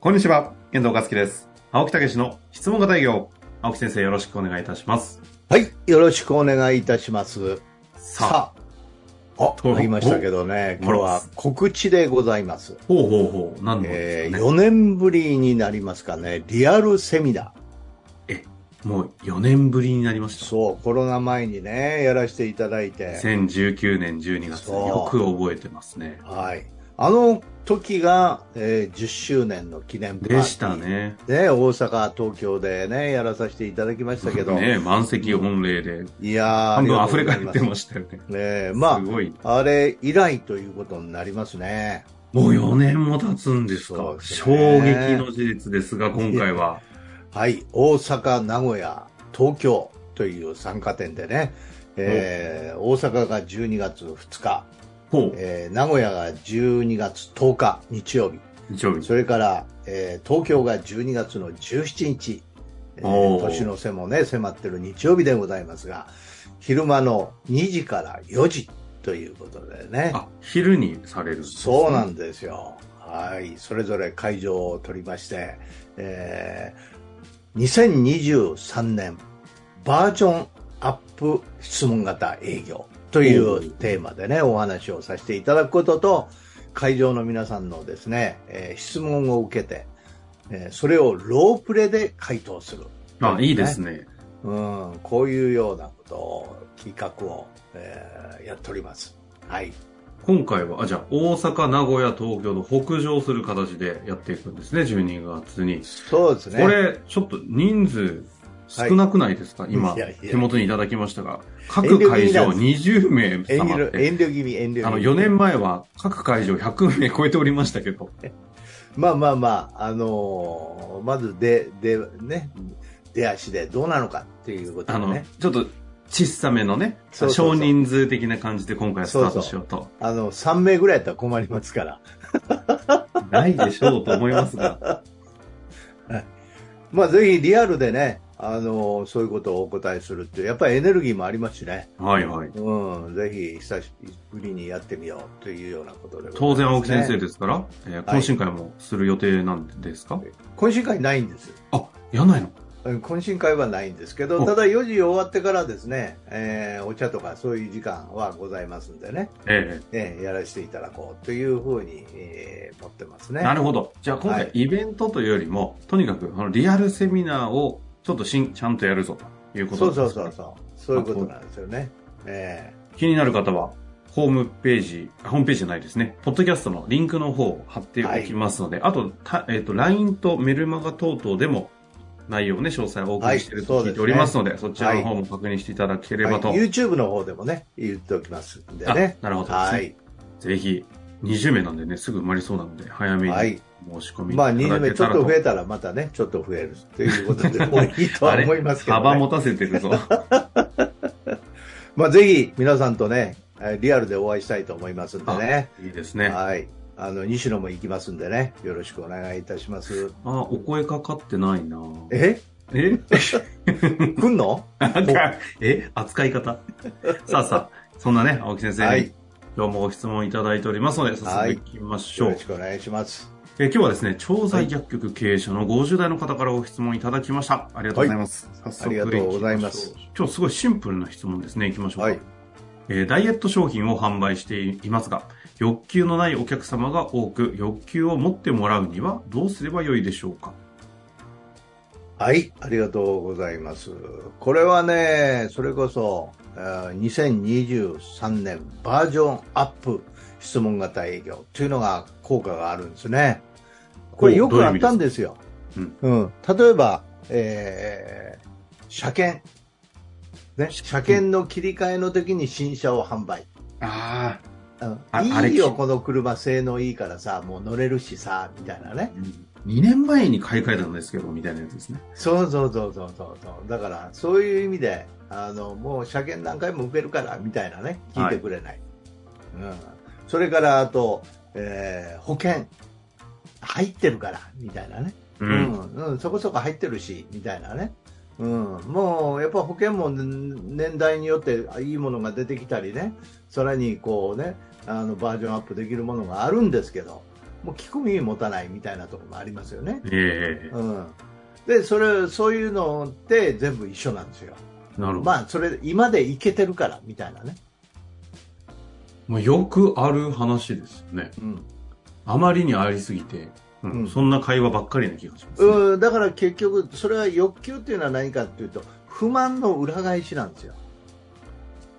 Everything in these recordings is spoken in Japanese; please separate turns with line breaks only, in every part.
こんにちは、遠藤和樹です。青木武の質問型営業。青木先生、よろしくお願いいたします。
はい、よろしくお願いいたしま
さ
す。
あ、
さあ、
と
あ、ありましたけどね、
お
今日は告知でございます。
ほうほうほう、何ので
え
す
ー
かね。
4年ぶりになりますかね、リアルセミナー。
もう4年ぶりになりました。
そう、コロナ前にね、やらせていただいて、
2019年12月、
そう
よく覚えてますね。
はい。あの時が、えー10周年の記念パーティー
でした。ね。
ね、大阪、東京でね、やらさせていただきましたけど、
ね満席御礼で、
いやー、
半分溢
あ
れ
りが
返
とう
って
ござい
ま
ます。
したよね。
ねえます
ごい。
あ、あれ以来ということになりますね。
もう4年も経つんですか。
そうです
衝
ね
撃の事実ですが、今回は。
はい、大阪、名古屋、東京という3カ店でね、えー大阪が12月2日、
ほう、
えー名古屋が12月10日日曜日、
日曜日。
それから、えー東京が12月の17日、えー
おー
年の瀬もね、迫ってる日曜日でございますが、昼間の2時から4時ということでね、
あ、昼にされるんですね
そうなんですよ。はい。それぞれ会場を取りまして、えー2023年バージョンアップ質問型営業とい
お
う
ー
テーマでね、お話をさせていただくことと、会場の皆さんのですね、えー質問を受けて、えーそれをロープレで回答する。
あ、いいですね。
うん、こういうようなことを、企画を、えーやっております。はい。
今回は、あ、じゃあ、大阪、名古屋、東京の北上する形でやっていくんですね、12月に。
そうですね。
これ、ちょっと人数少なくないですか、今、
いやいや
手元にいただきましたが、各会場
遠慮気
20名
遠
様
慮
っ、て、
遠慮気味、遠慮気味。
あの、4年前は各会場100名超えておりましたけど、
まあまあまあ、あのーまずで、で、ね、出足でどうなのかっていうこと
あ
で
の、
ね。
ちょっと小さめのね、
そうそうそう
少人数的な感じで今回はスタートしようと。
あの、3名ぐらいやったら困りますから。
ないでしょうと思います が、
まあぜひリアルでね、あのーそういうことをお答えするっていう、やっぱりエネルギーもありますしね。
はいはい。
うん、ぜひ久しぶりにやってみようというようなことで、
当然、青木先生
で。
ですから、えー懇親会もする予定なんですか、
懇親会ないんです。
あ、やんないの
うん懇親会はないんですけ
お
ど、ただ4時終わってからですね、えーお茶とかそういう時間はございますんでね。
え
ええやらせていただこうというふうに、ええ持ってます
え
ね。
なるほど。じゃあ今回
はい
イベントというよりも、とにかくあのリアルセミナーをちょっとしんちゃんとやるぞということ
そ
な
うんそ
で
う
すね
そうそう。そういうことなんですよね。え
気になる方は、ホームページ、あホームページじゃないですね、ポッドキャストのリンクの方を貼っておきますので、あと、たえっ、と、LINE とメルマガ等々でも内容をね、詳細をお送りしている
は
と
い
聞いておりますので、そちらの方も確認していただけ
え
ればと。
はい YouTube の方でもね、言っておきますんでね。
あなるほどですね
はい。
ぜひ、20名なんでね、すぐ埋まりそうなので、早めに
はい。
申し込みい
まあ、
ただ
2名
け
ち
た
ょっ
らと
と増えたらまたね、ちょっと増えるということでもいいとは
あれ
思いますけど、ね。
幅持たせてるぞ。
まあ、ぜひ皆さんとね、えーリアルでお会いしたいと思いますんでね。
いいですね。あ、
はい。あの、西野も行きますんでね、よろしくお願いいたします。
お声かかってないな
え
え
来んの
なんかえ扱い 方さあさあ、そんなね、青木先生に、
はい
今日もご質問いただいておりますので、早速いきましょ
よ
う。
ろしくお願いします。
え今日はですね、調剤薬局経営者の50代の方からご質問いただきました。ありがとうございます。早速
ありがとうございます
行きしょう。今日すごいシンプルな質問ですね。いきましょうか。
はい。
えーダイエット商品を販売していますが、欲求のないお客様が多く、欲求を持ってもらうにはどうすればよいでしょうか
はい、ありがとうございます。これはね、それこそ、えー2023年バージョンアップ質問型営業というのが効果があるんですね。これよ
どういう
く
意
あっ
味です
た
か
んですよ。
うん
うん例えば、えー車検。ね、車検の切り替えの時に新車を販売。
あ
うん
ああれ
いいよ、この車性能いいからさ、もう乗れるしさ、みたいなね
あ。、2年前に買い替えたんですけど、みたいなやつですね。
そうそうそうそうそうそうだからそういう意味であのもう車検何回も受けるからみたいなね聞いてくれない、うん、それからあと、えー保険入ってるからみたいなね、
う
う。んうん、そこそこ入ってるしみたいなね、うん、もうやっぱ保険もん年代によっていいものが出てきたりねさらにこうねあのバージョンアップできるものがあるんですけどもう聞く耳持たないみたいなところもありますよね。
え
うん、でそれそういうのって全部一緒なんですよ。
えなるほど。
まあそれ今でいけてるからみたいなね。
まあ、よくある話ですよね。
うん
あまりにありすぎて、うん
うん
そんな会話ばっかりな気がします、ね
うん、だから結局それは欲求っていうのは何かっていうと不満の裏返しなんですよ。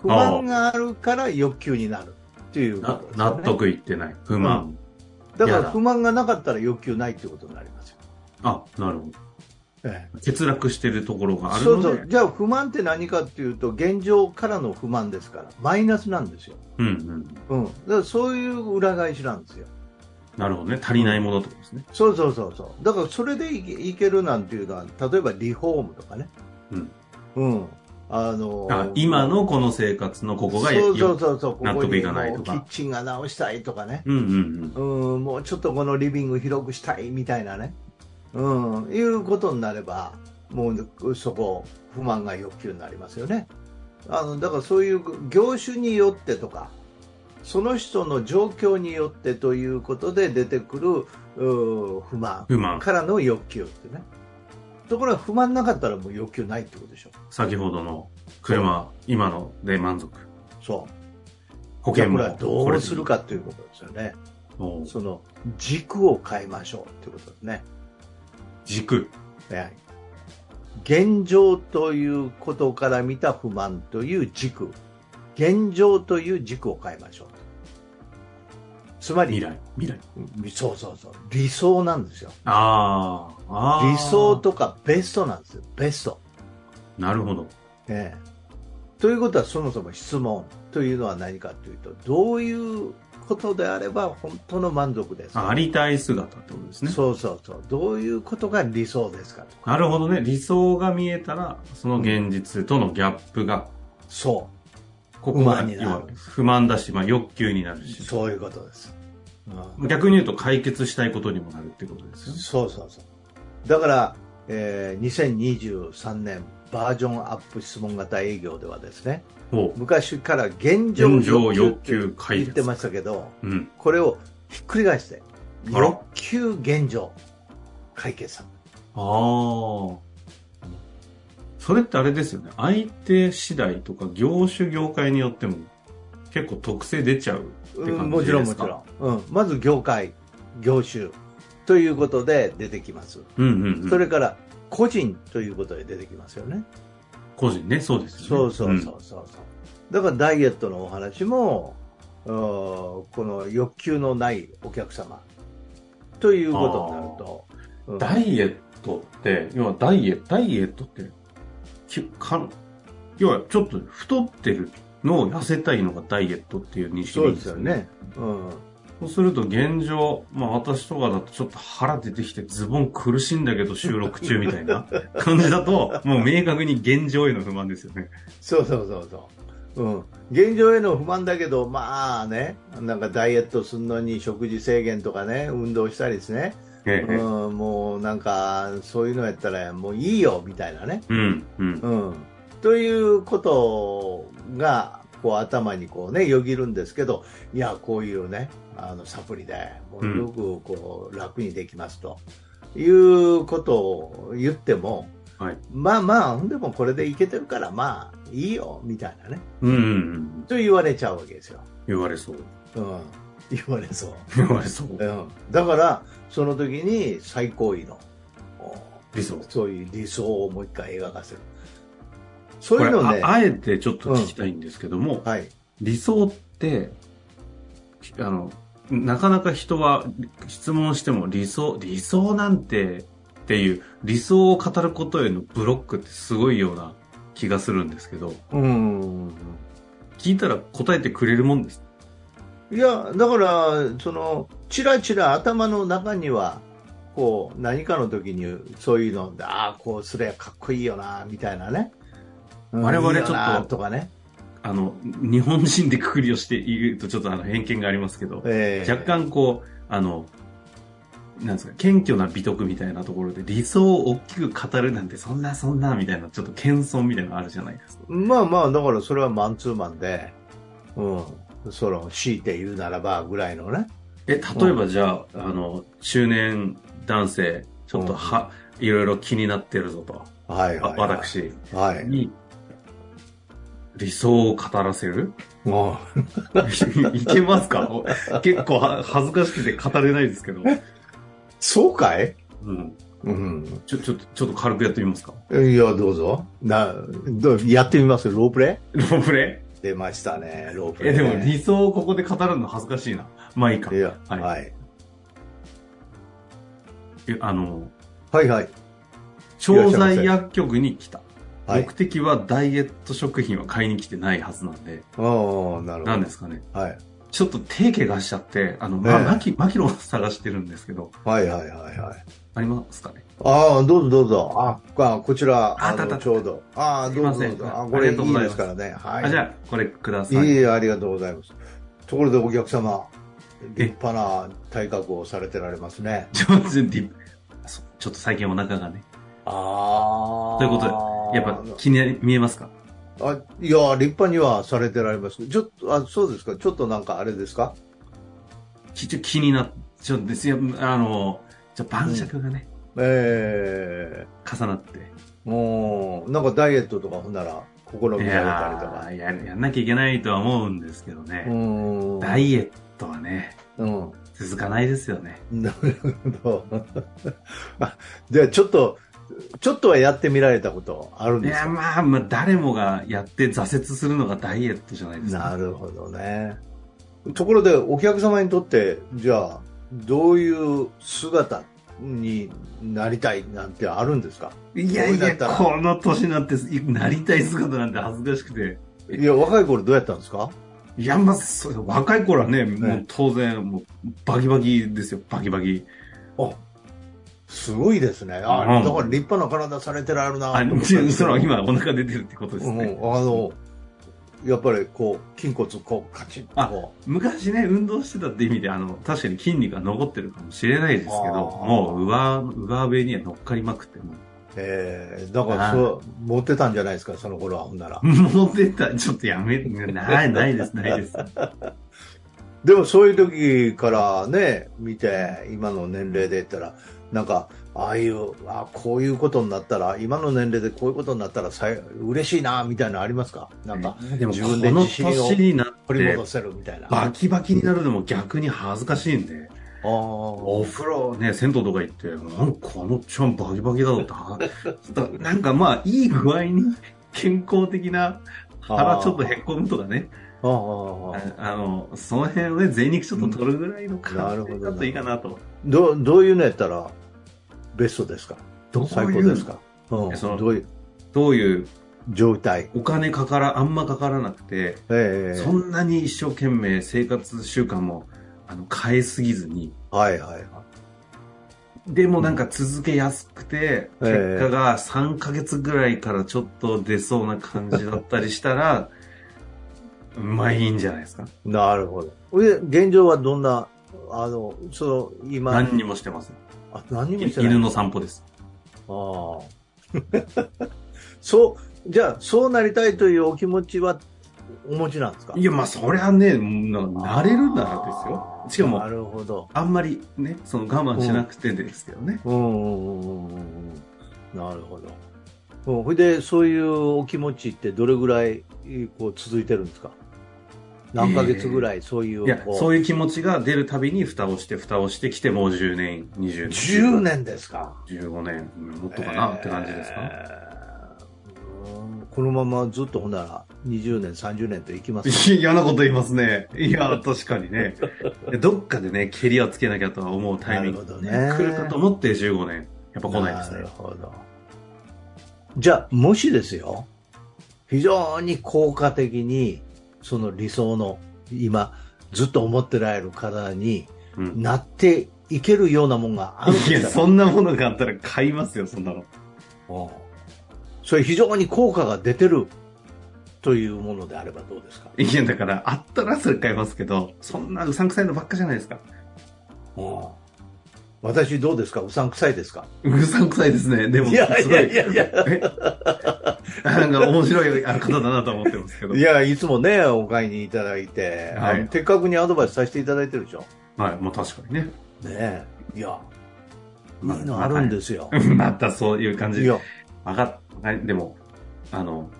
不満があるから欲求になるっていうこと
な
ですよね
納得いってない。不満。
だか
や
ら
だ
不満がなかったら欲求ないっていうことになりますよ。
あ、なるほど。
ええ
欠落してるところがあるの
そ
で。
うそうじゃあ不満って何かっていうと現状からの不満ですからマイナスなんですよ、
うんうん。
うん、だからそういう裏返しなんですよ
なるほどね。足りないものってことですね。
そうそうそうそうだからそれでいけいけるなんていうのは例えばリフォームとかね
うん、
うんあの
あ今のこの生活のここが
そうそ
よ
うそうそうここに
納得いかないとか
もうキッチンが直したいとかね、
うんうんうん。
うん、もうちょっとこのリビング広くしたいみたいなね、うん、いうことになれば、もうそこ、不満が欲求になりますよね。あのだからそういう業種によってとか、その人の状況によってということで出てくるうん不満
不満。
からの欲求ってね。ところが不満なかったらもう欲求ないってことでしょ。
先ほどの車、今ので満足。
そう。
保
じ
険
ゃあこ
も
れはどうするかということですよね。
もう
その軸を変えましょうということですね。
軸。
はい現状ということから見た不満という軸現状という軸を変えましょうつまり
未来。未来。
うんそうそうそう理想なんですよ
あーあー。
理想。とかベストなんですよベスト、
なるほど。
ええということはそもそも質問というのは何かというとどういうことであれば本当の満足です
あ
か、
ありたい姿ってことですね。
そうそうそうどういうことが理想ですかと
なるほどね。理想が見えたら、その現実とのギャップが、
そう
ここが
不満になる
要は不満だし、まあ欲求になるし、
そういうことです、うん
逆に言うと解決したいことにもなるってことですよね。
そうそうそう。だから、えー2023年バージョンアップ質問型営業ではですね、
ほ
昔から現状
現状
欲
欲
求っ
求
て
解
言っ
決
てましたけど、
う。うん。
これをひっくり返して、
あら
欲求現状解決策。
ああ。それってあれですよね。相手次第とか業種業界によっても結構特性出ちゃうって
うん
感
も
じ
ちろ
で
んも
す
ち
か、
ろん、うん。まず業界、業種ということで出てきます。
うんうん、うん。
それから個人ということで出てきますよね。
個人ね、そうです
そ
よ
う
ね。
そうそうそうそう、だからダイエットのお話もうんこの欲求のないお客様ということになると、うんん
ダイエットって、要はダイエット、ダイエットって、きか要はちょっと太ってるのを痩せたいのがダイエットっていう認識でい
そ
いうで
ですす
よ
よ
ね。
ね、うん、
そうすると現状、まあ私とかだとちょっと腹出てきてズボン苦しいんだけど収録中みたいな 感じだと、もう明確に現状への不満ですよね。
そうそうそうそう、うん、現状への不満だけどまあねなんかダイエットするのに食事制限とかね運動したりですね、
ええ
うん、もうなんかそういうのやったらもういいよみたいなね
うん、うん。
うん、ということがこう頭にこう、ね、よぎるんですけどいやこういう、ね、あのサプリでものすごくこう、楽にできますということを言っても、
はい
まあまあほんでもこれでいけてるからまあいいよみたいなね
うん、うんうん。
と言われちゃうわけですよ、
言われそう。
うん、言われそう、
言われそう
う。ん、だからその時に最高位のお
理想。
そういう理想をもう一回描かせる
こ
そうい
れ
うの
あ
ね、
あえてちょっと聞きたいんですけども、
はい、
理想ってきあのなかなか人は質問しても理想理想なんてっていう理想を語ることへのブロックってすごいような気がするんですけど
うん
聞いたら答えてくれるもんです
いやだからそのちらちら頭の中にはこう何かの時にそういうのでああこうすりゃかっこいいよなみたいなね、うん
我々
いいよな
ちょっと
とかね、
あの日本人でくくりをして言うとちょっとあの偏見がありますけど、
ええ
若干こうあのなんですか謙虚な美徳みたいなところで理想を大きく語るなんてそんなそんなみたいなちょっと謙遜みたいなのあるじゃないですか
まあまあだからそれはマンツーマンで、うん、その強いて言うならばぐらいのね、
え、例えばじゃあ、あの、中年男性、ちょっとは、いろいろ気になってるぞと、
はいは
あ
い、はい。。
私
はい。
に、理想を語らせる
も
いけますか お結構は恥ずかしくて語れないですけど。
う、そうかい
うん。
うん。
ちょ、ちょっと、ちょっと軽くやってみますか
いや、どうぞ。な、どうやってみますロープレ
ロープレ
イ出ましたね、ロープ
イえ、
レイ、ね。
でも理想をここで語るの恥ずかしいな。まあいいか。
いや、
は
はいい。はい、
えあの、
はい、はい。
調剤薬局に来た。
はい。
目的はダイエット食品は買いに来てないはずなんで、
おーなるほど。
なんですかね。
はい。
ちょっと手怪我しちゃって、あの、ま、
ええ
マキ、マキロを探してるんですけど、
はい、はい、はい、はい。
ありますかね
ああ、どうぞどうぞ。あ、あこちら、
あ
あ
たた
の、
た
ちょうど。ああ、どうぞ
すいませ
どうんぞ。あ、
あ
こ
り
れい
がとうご
い
ざい
で
ます
すからね。はい。
あ、じゃあ、これください。
いえいえ、ありがとうございます。ところでお客様、立派な体格をされてられますね。
ちょっとディそうちょっと最近お腹がね、
ああ。
ということで、やっぱ気に見えますか
あ、いや、立派にはされてられます。ちょっと、あ、そうですか。ちょっとなんかあれですか
きちょ気になっちょっとですよ、あの、ちょ晩酌がね、
え
重なって。
えもう、なんかダイエットとかほんなら、試みら
い
れたりと
や
か。
ーやるやんなきゃいけないとは思うんですけど
う
ね、
ん。
ダイエットはね、
うん。
続かないですよね。
なるほど。 あじゃあ、ちょっと、ちょっとはやってみられたことあるん
い
です
や、
か
まあ、まあ、誰もがやって挫折するのがダイエットじゃないですか。
なるほどね。ところで、お客様にとって、じゃあ、どういう姿になりたいなんてあるんですか
いやい
どうだ
や、
ったら
この年になって、いなりたい姿なんて恥ずかしくて。
いや、若い頃どうやったんですか
いや、まあ、それ若い頃はね、もう当然、もう、バキバキですよ、バキバキ。
あすごいですね。あ、
うん
だから立派な体されてられるな
あ、
と思ったんですけ
そ
ど
の今、お腹出てるってことですね。
うん、あの、やっぱりこう、筋骨、こう、カチッとこう。
昔ね、運動してたって意味で、あの、確かに筋肉が残ってるかもしれないですけど、
あー
もう、上、上辺には乗っかりまくって、も
えー、だからそう、持ってたんじゃないですか、その頃は、ほんなら
う、。もう出た、ちょっとやめ、ない、ないです、ないです。
でもそういう時からね、見て、今の年齢で言ったら、なんか、ああいう、あこういうことになったら、今の年齢でこういうことになったらさ、嬉しいな、みたいなのありますかなんか、
でも、こ
自分で
の
自信を
年になっ
取り
て
戻、せるみたいな。あ
バキバキになるのも逆に恥ずかしいんで。
ー
お風呂ね、銭湯とか行って、なんかあのちゃんバキバキだぞってはだ、なんかまあ、いい具合に健康的な腹ちょっとへこむとかね、
あー
あ
あー
あの、その辺をね、贅肉ちょっと取るぐらいの
な
感
るほ
じ
ど
だといいかなと。
どどういうのやったら、ベストですか
どう
最高
いう
ですかうん、
えその
どういう
どういう、
状態、
お金かから、あんまかからなくて、
ええ
そんなに一生懸命生活習慣も、あの、変えすぎずに、
はいはいはい。
でもなんか続けやすくて、
うんええ
結果が3ヶ月ぐらいからちょっと出そうな感じだったりしたら、まあいいんじゃないですか。
なるほど。で、現状はどんな、あの、その、今、
何にもしてません。
あ何にもしてない
犬の散歩です。
ああ。 そう、じゃあ、そうなりたいというお気持ちは、お持ちなんですか
いや、まあそりゃね、な慣れるならですよ
あ。ー
しか
な
も、
るほど。
あんまりね、その我慢しなくてですけどね。
うんうんうんうんうん。なるほど。うん、ほいで、そういうお気持ちってどれぐらい、こう、続いてるんですか何ヶ月ぐらい、そういう、
いや、
こう
そういう気持ちが出るたびに蓋をして蓋をしてきて、もう10年、20
10
年。
年ですか。
15年、うんもっとかなって感じですか。
えーうんこのままずっとほんなら20年30年といきま す
嫌なこと言いますね。いや、確かにね。どっかでね、蹴りをつけなきゃとは思うタイミング
なるほどね
ね来るかと思って15年。やっぱ来ないです
な
ね
る。ほどじゃあもしですよ非常に効果的にその理想の今ずっと思ってられる方に
うん。
なっていけるようなもんがあるん
い
で
や、
すか
そんなものがあったら買いますよ、そんなの。
それ非常に効果が出てるというものであればどうですか
いや、だから、あったらそれ買いますけど、そんなうさんくさいのばっかじゃないですか。
私どうですかうさんくさいですか
うさんくさいですね。でも、
い
すごい。
やいやいやいや
え なんか面白いあの方だなと思ってますけど。
いや、いつもね、お買いにいただいて、
はい
あの的確にアドバイスさせていただいてるでしょ。
はい、まあ確かにね。
ねえ。いや、いい
まあ
のあるんですよ。
またそういう感じ
いや、
わかっはいでも、あの、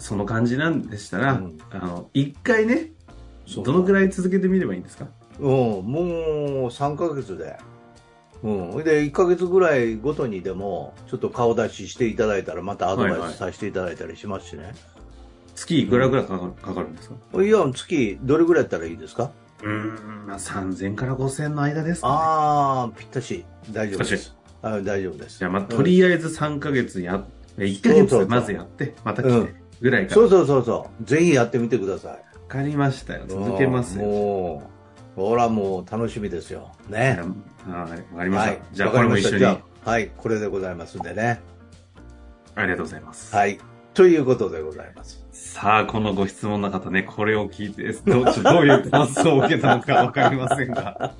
その感じなんでしたら、
うん
あの、一回ね、
そう
どのくらい続けてみればいいんですか
うん、もう3ヶ月で。うん、で1ヶ月ぐらいごとにでもちょっと顔出ししていただいたらまたアド
はい
バ
は
イ
い
スさせていただいたりしますしね、
月いくらぐらいかかるかかるんですか
いや月どれぐらいやったらいいですか
うーん、まあ3000から5000の間ですかね、
ああぴったし大丈夫で
ぴった
すあ大丈夫です
じゃあ、まあ、とりあえず3ヶ月や、1ヶ
そうそう
月
そう
まずやって、また
う
来て
ん、
ぐらいから。
そ
わ
うそうそうそうぜひやってみてください
かりましたよ。続けます
うん
よ。
もうほらもう楽しみですよね
はいわかりまし
は
た。
い
じゃあ、
わ
こ
か
れも
りまし
一
た
緒に。
じゃ
あ
あはいこれでございますんでね
りがとうございます。
はいということでございます
さあ、このご質問の方ね、これを聞いて、どう どういう感想を受けたのかわかりませんが。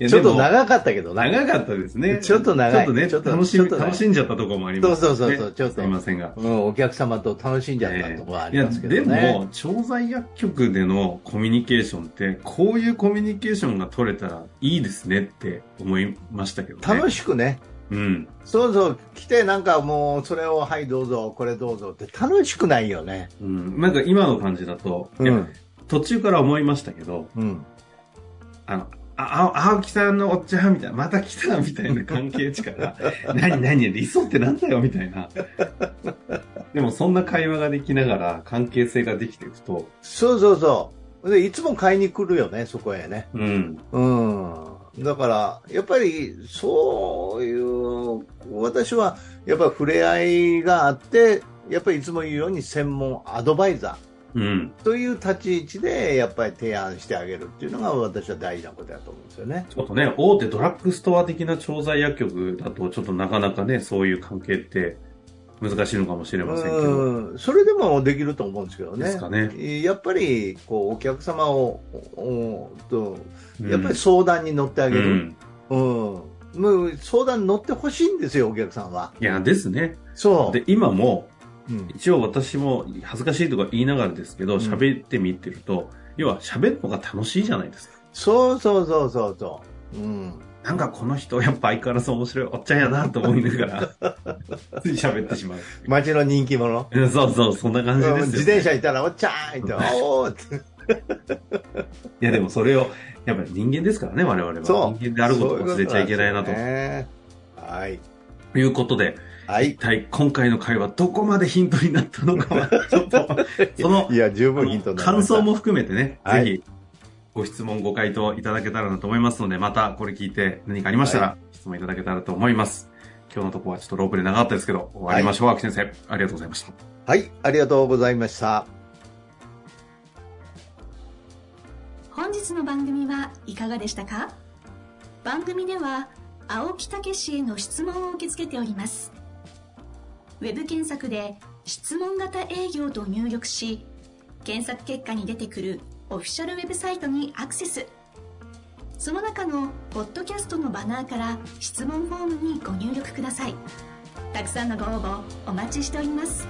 いや
ちょっと
でも
長かったけどな
長かったですね。
ちょっと長い
ちょっとね、
ちょっと
楽し
ちょっ
み
と長い
楽しんじゃったところもあります、
そ
ね。
うそうそうそう、ちょっ
す
と、
いませんが。
うん、お客様と楽しんじゃったところはあ
い
り
や、
ますけ
で
どね。
も、調剤薬局でのコミュニケーションって、こういうコミュニケーションが取れたらいいですねって思いましたけどね。
楽しくね、
うん。
そうそう、来てなんかもう、それを、はい、どうぞ、これどうぞって楽しくないよね。
うん。なんか今の感じだと、
う
いや
ん。
途中から思いましたけど、
うん。
あの、あ、あ青木さんのおっちゃんみたいな、また来たみたいな関係値から、 何何理想ってなんだよみたいな。でもそんな会話ができながら関係性ができていくと、
そうそうそう。で、いつも買いに来るよね、そこへね。
うん。
うん。だから、やっぱり、そういう、私は、やっぱり触れ合いがあって、やっぱりいつも言うように専門アドバイザー。
うん。
という立ち位置でやっぱり提案してあげるっていうのが私は大事なことだと思うんですよね。
ちょっとね、大手ドラッグストア的な調剤薬局だと、ちょっとなかなかね、そういう関係って難しいのかもしれませんけど。
うんそれでもできると思うんですけど
です
ね。
かね。
やっぱりこうお客様をおおと
うん
やっぱり相談に乗ってあげ
う
る、
ん
うんもう相談に乗ってほしいんですよ、お客さんは。
いや、ですね。
そう
で、今も、
うん
一応私も恥ずかしいとか言いながらですけど、
うん
喋ってみてると、要は喋るのが楽しいじゃないですか。
そうそうそうそうそう、うん、
なんかこの人、やっぱ相変わらず面白いおっちゃんやなと思いなが ら、つい喋ってしまう。
街の人気者、
うんそうそう、そんな感じですよ、ね。
自転車いたらおっちゃーんって、おーって
いや、でもそれを、やっぱり人間ですからね、我々は。
そう
人間であることを忘れちゃいけないなと。
そううことんですよねはい
いうことで、
はい
一体今回の回はどこまでヒントになったのか は、ちょっと、その
い、や、十分ヒントになりま
感
した
想も含めてね、
はい
ぜひ、ご質問、ご回答いただけたらなと思いますので、またこれ聞いて何かありましたら、質問いただけたらと思います。今日のとこはちょっとロープで長かったですけど、終わりましょう。秋先生、ありがとうございました。
はい、ありがとうございました。
本日の番組はいかがでしたか番組では青木武氏への質問を受け付けておりますウェブ検索で「質問型営業」と入力し検索結果に出てくるオフィシャルウェブサイトにアクセスその中のポッドキャストのバナーから質問フォームにご入力くださいたくさんのご応募お待ちしております